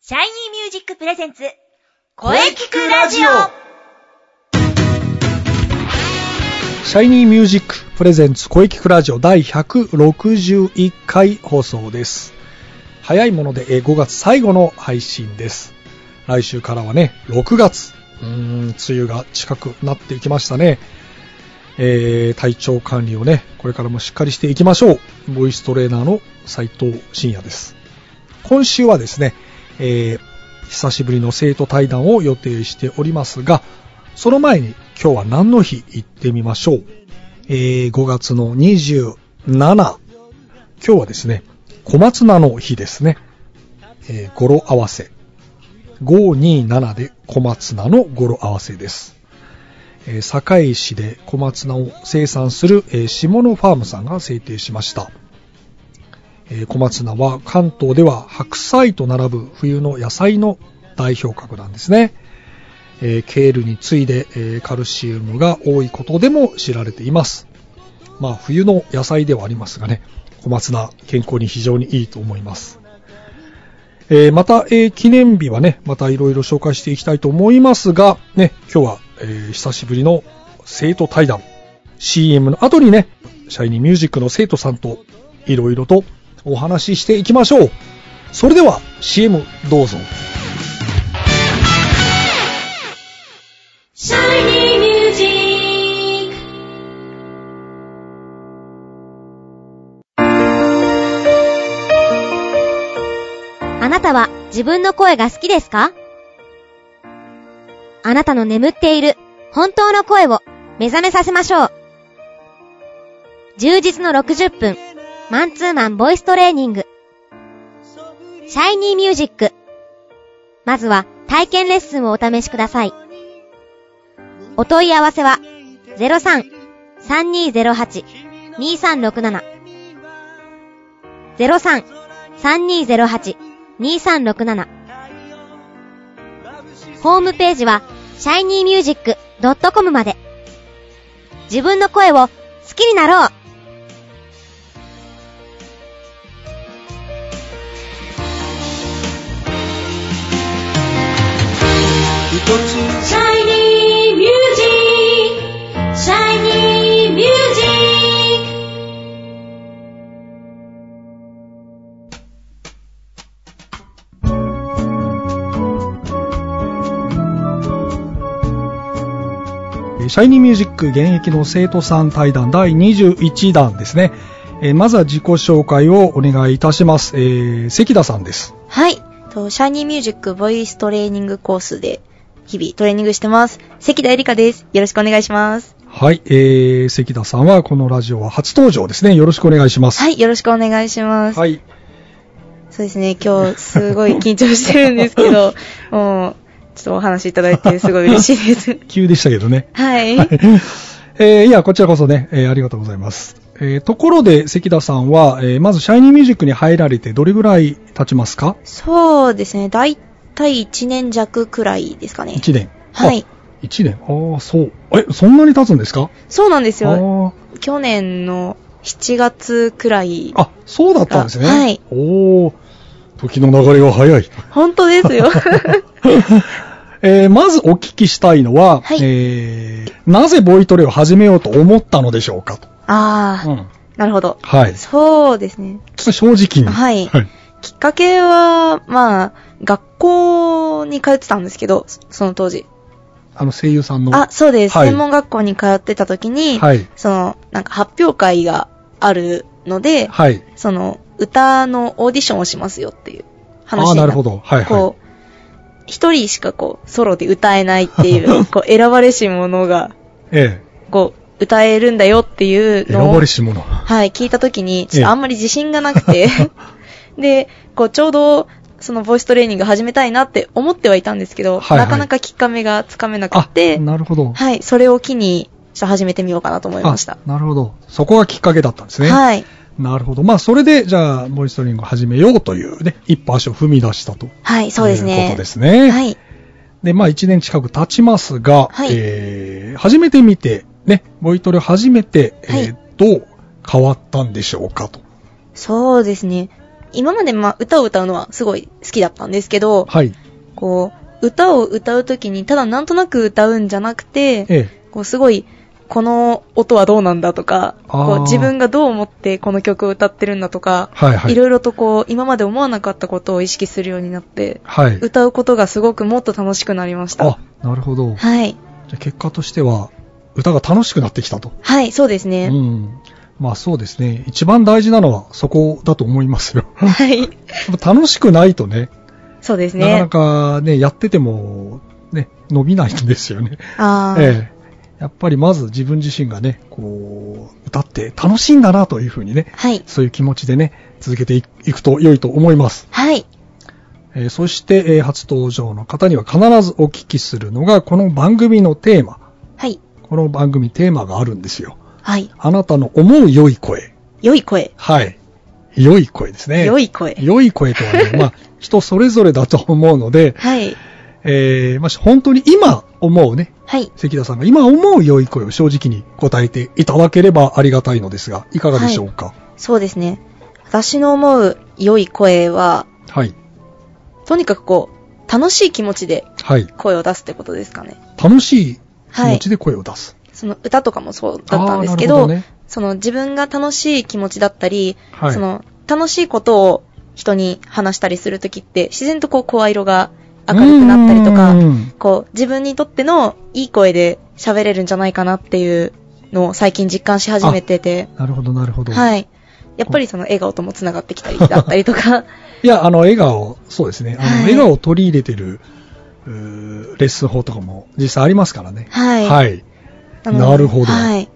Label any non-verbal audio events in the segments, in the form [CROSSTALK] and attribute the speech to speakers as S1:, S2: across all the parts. S1: シャイニーミュージックプレゼンツ、
S2: 声聞くラジオ
S3: シャイニーミュージックプレゼンツ声聞くラジオ第161回放送です。早いものでえー5月最後の配信です。来週からはね、6月。うーん、梅雨が近くなっていきましたね。えー、体調管理をね、これからもしっかりしていきましょう。ボイストレーナーの斉藤慎也です。今週はですね、えー、久しぶりの生徒対談を予定しておりますが、その前に今日は何の日行ってみましょう。えー、5月の27。今日はですね、小松菜の日ですね。えー、語呂合わせ。527で小松菜の語呂合わせです。えー、堺市で小松菜を生産する、えー、下野ファームさんが制定しました。えー小松菜は関東では白菜と並ぶ冬の野菜の代表格なんですね。えーケールに次いで、えーカルシウムが多いことでも知られています。まあ冬の野菜ではありますがね、小松菜健康に非常にいいと思います。えーまた、えー記念日はね、またいろいろ紹介していきたいと思いますが、ね、今日は、えー久しぶりの生徒対談、CM の後にね、シャイニーミュージックの生徒さんといろいろとお話ししていきましょう。それでは CM どうぞ。
S2: シャイニーミュージック
S1: あなたは自分の声が好きですかあなたの眠っている本当の声を目覚めさせましょう。充実の60分、マンツーマンボイストレーニング。シャイニーミュージック。まずは体験レッスンをお試しください。お問い合わせは03-3208-2367 03-3208-2367ホームページは shinymusic.com まで自分の声を好きになろう
S2: シャイニーミュージックシャイニーミュージッ
S3: えーシャイニーミュージック現役の生徒さん対談第21弾ですね。えーまずは自己紹介をお願いいたします。えー関田さんです。
S4: はい。と、シャイニーミュージックボイストレーニングコースで、日々トレーニングしてます。関田絵里香です。よろしくお願いします。
S3: はい、えー関田さんはこのラジオは初登場ですね。よろしくお願いします。
S4: はい、よろしくお願いします。
S3: はい。
S4: そうですね、今日すごい緊張してるんですけ [LAUGHS] ど、もう、ちょっとお話いただいてすごい嬉しいです。
S3: 急でしたけどね。
S4: [LAUGHS] はい。
S3: [LAUGHS] えーいや、こちらこそね、えーありがとうございます。えーところで関田さんは、えーまずシャイニーミュージックに入られてどれぐらい経ちますか
S4: そうですね、だいたい1年弱くらいですかね。
S3: ?1 年。
S4: は
S3: あ
S4: い。。
S3: 1年。ああ、そう。え、そんなに経つんですか
S4: そうなんです
S3: あ
S4: よ。
S3: ー
S4: 去年の7月くらい。
S3: あ、そうだったんですね。
S4: あはい。
S3: おー、時の流れが早い。 [LAUGHS]
S4: 本当ですよ。
S3: えーまずお聞きしたいのは、
S4: はい
S3: えーなぜボイトレを始めようと思ったのでしょうかと。
S4: [LAUGHS] あー、
S3: うん
S4: なるほど。
S3: はい。ちょ
S4: そうですね。
S3: っと正直に。
S4: はいきっかけは、まあ、学校に通ってたんですけど、そその当時。
S3: あの声優さんの。
S4: あ、そうです。
S3: はい
S4: 専門学校に通ってた時に、
S3: はい。
S4: その、なんか発表会があるので、
S3: はい。
S4: その、歌のオーディションをしますよっていう話
S3: ああ、
S4: にな
S3: な
S4: っ
S3: るほど。はいはい。
S4: こう、一人しかこう、ソロで歌えないって
S3: [LAUGHS]
S4: いう、こう、選ばれし者が、
S3: え
S4: こう、歌えるんだよっていう
S3: え。選
S4: のを
S3: ばれ、し者。
S4: はい、聞いたときに、ちょ
S3: え
S4: っ
S3: え
S4: とあんまり自信がなく
S3: [LAUGHS]
S4: て、で、こう、ちょうど、そのボイストレーニング始めたいなって思ってはいたんですけど、
S3: はいはい
S4: なかなかきっかめがつかめなく
S3: あ、
S4: て、
S3: なるほど。
S4: はい、それを機に、ちょっと始めてみようかなと思いました。
S3: あなるほど。そこがきっかけだったんですね。
S4: はい、
S3: なるほど。まあ、それで、じゃあ、ボイストレーニングを始めようというね、一歩足を踏み出したと。
S4: はい、そうです
S3: いうこ
S4: ね
S3: とで。すね。
S4: はい、
S3: で、まあ1年近く経ちますが、
S4: はい
S3: えー、始めてみて、ね、ボイトレを始めて、
S4: はい
S3: えー、どう変わったんでしょうかと。
S4: そうですね。今までまあ歌を歌うのはすごい好きだったんですけど、
S3: はい。
S4: こう、歌を歌うときにただなんとなく歌うんじゃなくて、
S3: ええ。
S4: こうすごい、この音はどうなんだとか、
S3: あー
S4: こう自分がどう思ってこの曲を歌ってるんだとか、
S3: はいはい。
S4: いろいろとこう、今まで思わなかったことを意識するようになって、
S3: はい。
S4: 歌うことがすごくもっと楽しくなりました
S3: あ。、なるほど。じゃ
S4: はい。
S3: あ結果としては、歌が楽しくなってきたと。
S4: はい、そうです
S3: う
S4: ね。
S3: ん。まあそうですね。一番大事なのはそこだと思います
S4: [LAUGHS]
S3: よ。
S4: はい。
S3: 楽しくないとね、
S4: そうです
S3: なかな
S4: ね。
S3: かね、やってても、ね、伸びないんですよね。
S4: ああ、
S3: ええ。やっぱりまず自分自身がね、こう、歌って楽しいんだなというふうにね、
S4: はい。
S3: そういう気持ちでね、続けていいくと良いと思います。
S4: はい。
S3: えーそして、えー初登場の方には必ずお聞きするのが、この番組のテーマ。
S4: はい。
S3: この番組テーマがあるんですよ。
S4: はい。
S3: あなたの思う良い声。
S4: 良い声。
S3: はい。良い声ですね。
S4: 良い声。
S3: 良い声とは
S4: [LAUGHS]
S3: ね、まあ、人それぞれだと思うので、
S4: はい。
S3: えー、まあ、本当に今思うね、
S4: はい。
S3: 関田さんが今思う良い声を正直に答えていただければありがたいのですが、いかがでしょうか。
S4: そうですね。私の思う良い声は、
S3: はい。
S4: とにかくこう、楽しい気持ちで
S3: はい。
S4: 声を出すってことですかね。
S3: 楽しい気
S4: は
S3: 持
S4: い。
S3: ちで声を出す。
S4: その歌とかもそうだったんですけ
S3: あ
S4: ど、
S3: ーなるほ
S4: その自分が楽しい気持ちだったり、
S3: どね。はい。
S4: その楽しいことを人に話したりするときって、自然とこう声色が明るくなったりと
S3: う
S4: か、
S3: ん
S4: こう自分にとってのいい声で喋れるんじゃないかなっていうのを最近実感し始めてて、
S3: なるほど、なるほど。い。
S4: はい。やっぱりその笑顔ともつながってきたりだったりとか、
S3: いや、あの、笑顔、そうですね。あの、
S4: はい
S3: 笑顔を取り入れてる、うーレッスン法とかも実際ありますからね。
S4: はい。
S3: [LAUGHS] はい。
S4: あの
S3: なるほど
S4: はい。。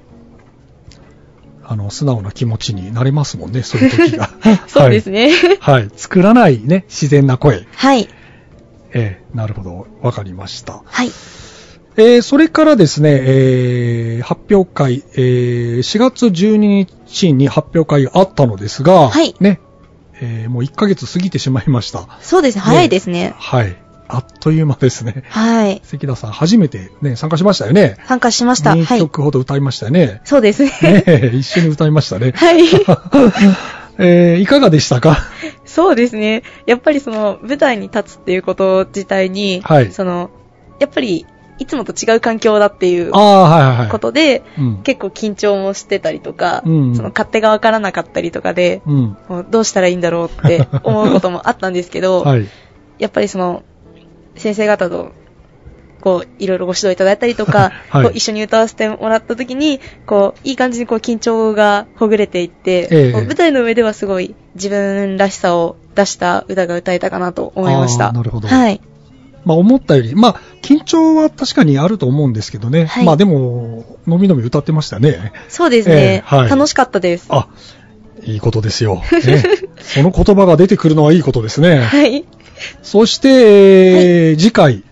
S3: あの、素直な気持ちになれますもんね、そういう時が
S4: [LAUGHS] そうで
S3: [LAUGHS]
S4: すね。
S3: はい。はい。作らないね、自然な声。
S4: はい。
S3: ええなるほど。わかりました。
S4: はい。
S3: えーそれからですね、えー発表会、えー4月12日に発表会があったのですが、
S4: はい
S3: ね、えーもう1ヶ月過ぎてしまいました。
S4: そうですね。早いですね。
S3: はい。あっという間ですね。
S4: はい。
S3: 関田さん、初めてね、参加しましたよね。
S4: 参加しました。は
S3: 2
S4: い。
S3: 曲ほど歌いましたよね。
S4: そうですね。
S3: ねえ一緒に歌いましたね。
S4: [LAUGHS] はい。
S3: えーいかがでした
S4: [LAUGHS]
S3: か
S4: そうですね。やっぱりその、舞台に立つっていうこと自体に、
S3: はい
S4: その、やっぱり、いつもと違う環境だっていう
S3: ああ、はいはいはい。
S4: ことで、
S3: うん。
S4: 結構緊張もしてたりとか、
S3: うん
S4: その勝手がわからなかったりとかで、
S3: うん。
S4: もうどうしたらいいんだろうって思うこともあったんですけ
S3: [LAUGHS]
S4: ど、
S3: はい。
S4: やっぱりその、先生方と、こう、いろいろご指導いただいたりとか、
S3: はい
S4: こう一緒に歌わせてもらった時に、こう、いい感じにこう緊張がほぐれていって、
S3: ええ
S4: こう舞台の上ではすごい自分らしさを出した歌が歌えたかなと思いました。
S3: あーなるほど
S4: はい。
S3: まあ思ったより、まあ緊張は確かにあると思うんですけどね。
S4: はい
S3: まあでも、のみのみ歌ってましたね。
S4: そうですね。
S3: ええはい
S4: 楽しかったです。
S3: あ、いいこと
S4: [LAUGHS]
S3: ですよ。ねその言葉が出てくるのはいいことですね。
S4: はい。
S3: そして、えー次回、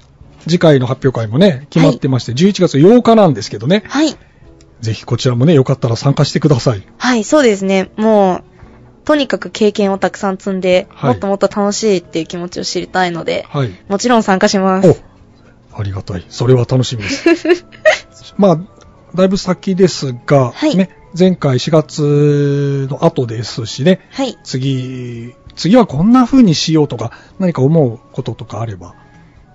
S3: 次回の発表会もね、決まってまして、11月8日なんですけどね。
S4: はい。
S3: ぜひこちらもね、よかったら参加してください。
S4: はい、そうですね。もう、とにかく経験をたくさん積んで、
S3: はい
S4: もっともっと楽しいっていう気持ちを知りたいので、
S3: はい。
S4: もちろん参加します。
S3: お、ありがたい。それは楽しみです。 [LAUGHS] まあ、だいぶ先ですが、
S4: はい
S3: ね、前回4月の後ですしね、
S4: はい。
S3: 次、次はこんな風にしようとか、何か思うこととかあれば、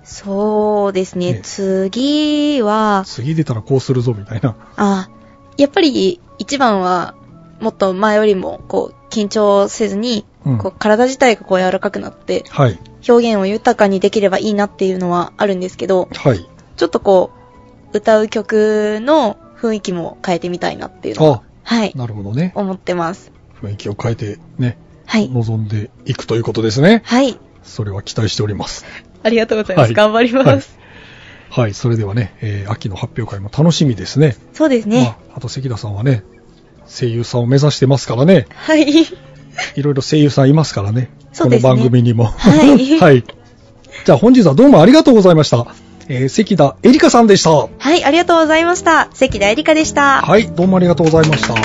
S4: そうですね。
S3: ね
S4: 次は、
S3: 次出たらこうするぞみたいな。
S4: あ、やっぱり一番は、もっと前よりも、こう、緊張せずに、
S3: うん
S4: こう、体自体がこう柔らかくなって、
S3: はい。
S4: 表現を豊かにできればいいなっていうのはあるんですけど、
S3: はい。
S4: ちょっとこう、歌う曲の雰囲気も変えてみたいなっていうのは、
S3: あ、
S4: はい、
S3: なるほどね。
S4: 思ってます。
S3: 雰囲気を変えてね、
S4: はい。
S3: 望んでいくということですね。
S4: はい。
S3: それは期待しており
S4: [LAUGHS]
S3: ます。
S4: ありがとうございます。
S3: はい
S4: 頑張ります。
S3: はい。それではね、えー秋の発表会も楽しみですね。
S4: そうですね。
S3: まあ、あと関田さんはね、声優さんを目指してますからね、
S4: はい。
S3: いろいろ声優さんいますからね、
S4: そうですね
S3: この番組にも。
S4: はい
S3: はい。じゃあ本日はどうもありがとうございました。えー関田エリカさんでした。は
S4: はい、ありがとうございました。関田絵里香でした。
S3: い、どうもありがとうございました。
S2: 声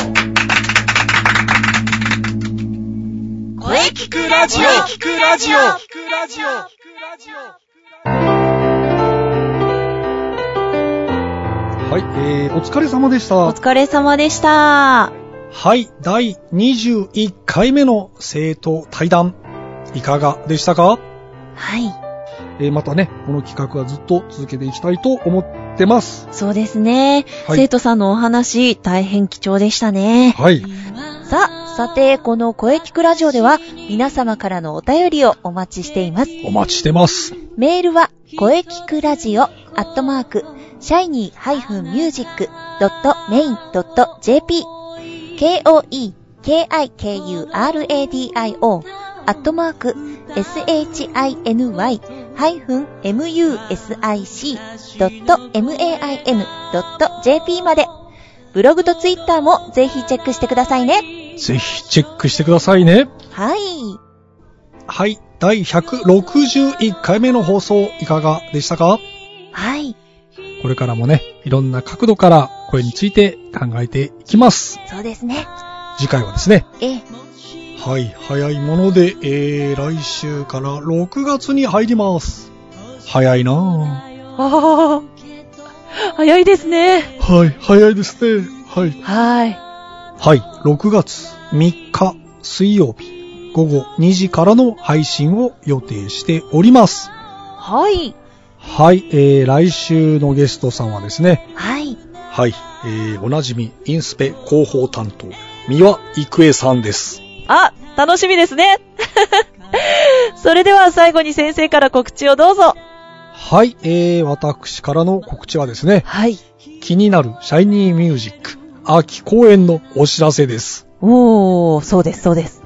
S2: 聞くラジオ聞くラジオ聞くラジオ
S3: はい、えーお疲れ様でした。
S4: お疲れ様でした。
S3: はい、第21回目の生徒対談、いかがでしたか
S5: はい。
S3: えーまたね、この企画はずっと続けていきたいと思ってます。
S5: そうですね。
S3: はい
S5: 生徒さんのお話、大変貴重でしたね。
S3: はい。
S5: さあ、さて、この声聞くラジオでは、皆様からのお便りをお待ちしています。
S3: お待ちしてます。
S5: メールは、声聞くラジオ、アットマーク、shiny-music.main.jp、k-o-e-k-i-k-u-r-a-d-i-o、アットマーク、shiny-music.main.jp まで、ブログとツイッターもぜひチェックしてくださいね。
S3: ぜひチェックしてくださいね。
S5: はい。
S3: はい、第161回目の放送いかがでしたか
S5: はい。
S3: これからもね、いろんな角度から声について考えていきます。
S5: そうですね。
S3: 次回はですね、
S5: ええ、
S3: はい、早いもので、えー、来週から6月に入ります。早いな
S5: ああ、早いですね。
S3: ぁ。はい、早いですね。はい。
S5: はい。
S3: はい、6月3日水曜日午後2時からの配信を予定しております。
S5: はい。
S3: はい、えー、来週のゲストさんはですね、
S5: はい。
S3: はい、えー、おなじみインスペ広報担当、三輪郁恵さんです。
S5: あ、楽しみですね。 [LAUGHS] それでは最後に先生から告知をどうぞ。
S3: はい、えー、私からの告知はですね、
S5: はい。
S3: 気になるシャイニーミュージック秋公演のお知らせです。
S5: おー、そうです、そうです。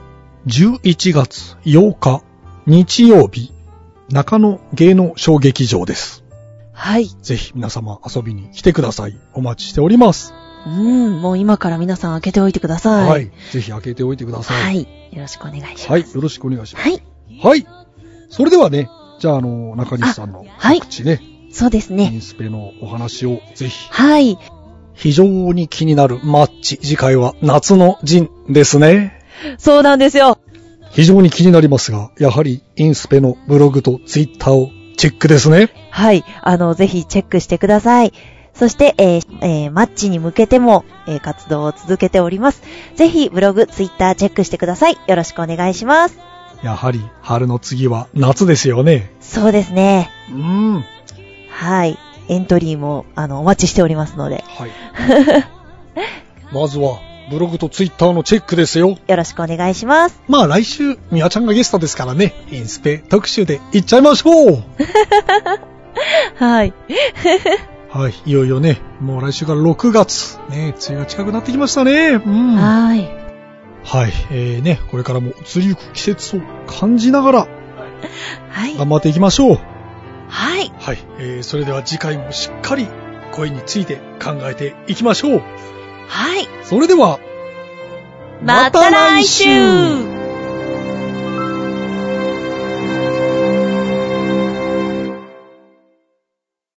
S3: 11月8日日曜日、中野芸能小劇場です。
S5: はい。
S3: ぜひ皆様遊びに来てください。お待ちしております。
S5: うん、もう今から皆さん開けておいてくだ
S3: は
S5: さ
S3: い。
S5: い。
S3: ぜひ開けておいてください。
S5: は。
S3: はいい。
S5: よろしくお願いします。
S3: よろしくお願いしま
S5: はい。
S3: す。はい。それではね、じゃあ、あの、中西さんの
S5: はい
S3: 告知ね、
S5: そうです
S3: イ
S5: ね。
S3: ンスペのお話をぜひ。
S5: はい。
S3: 非常に気になるマッチ。次回は夏の陣ですね。
S5: そうなんですよ。
S3: 非常に気になりますが、やはりインスペのブログとツイッターをチェックですね。
S5: はい。あの、ぜひチェックしてください。そして、えーえーマッチに向けても、えー活動を続けております。ぜひ、ブログ、ツイッターチェックしてください。よろしくお願いします。
S3: やはり春の次は夏ですよね。
S5: そうですね。
S3: うん。は
S5: はい。エントリーも、あの、お待ちしておりますので、
S3: い。 [LAUGHS] まずはブログとツイッターのチェックですよ。
S5: よろしくお願いします。
S3: まあ来週、みやちゃんがゲストですからね、インスペ特集で行っちゃいましょう
S5: はい。
S3: はい、いよいよね、もう来週から6月。ね、梅雨が近くなってきましたね。うん。は
S5: はい。
S3: い、えーね、これからも移りゆく季節を感じながら
S5: はい。
S3: 頑張っていきましょう。
S5: はい。
S3: はい、えー、それでは次回もしっかり声について考えていきましょう。
S5: はい。
S3: それでは、
S5: また来週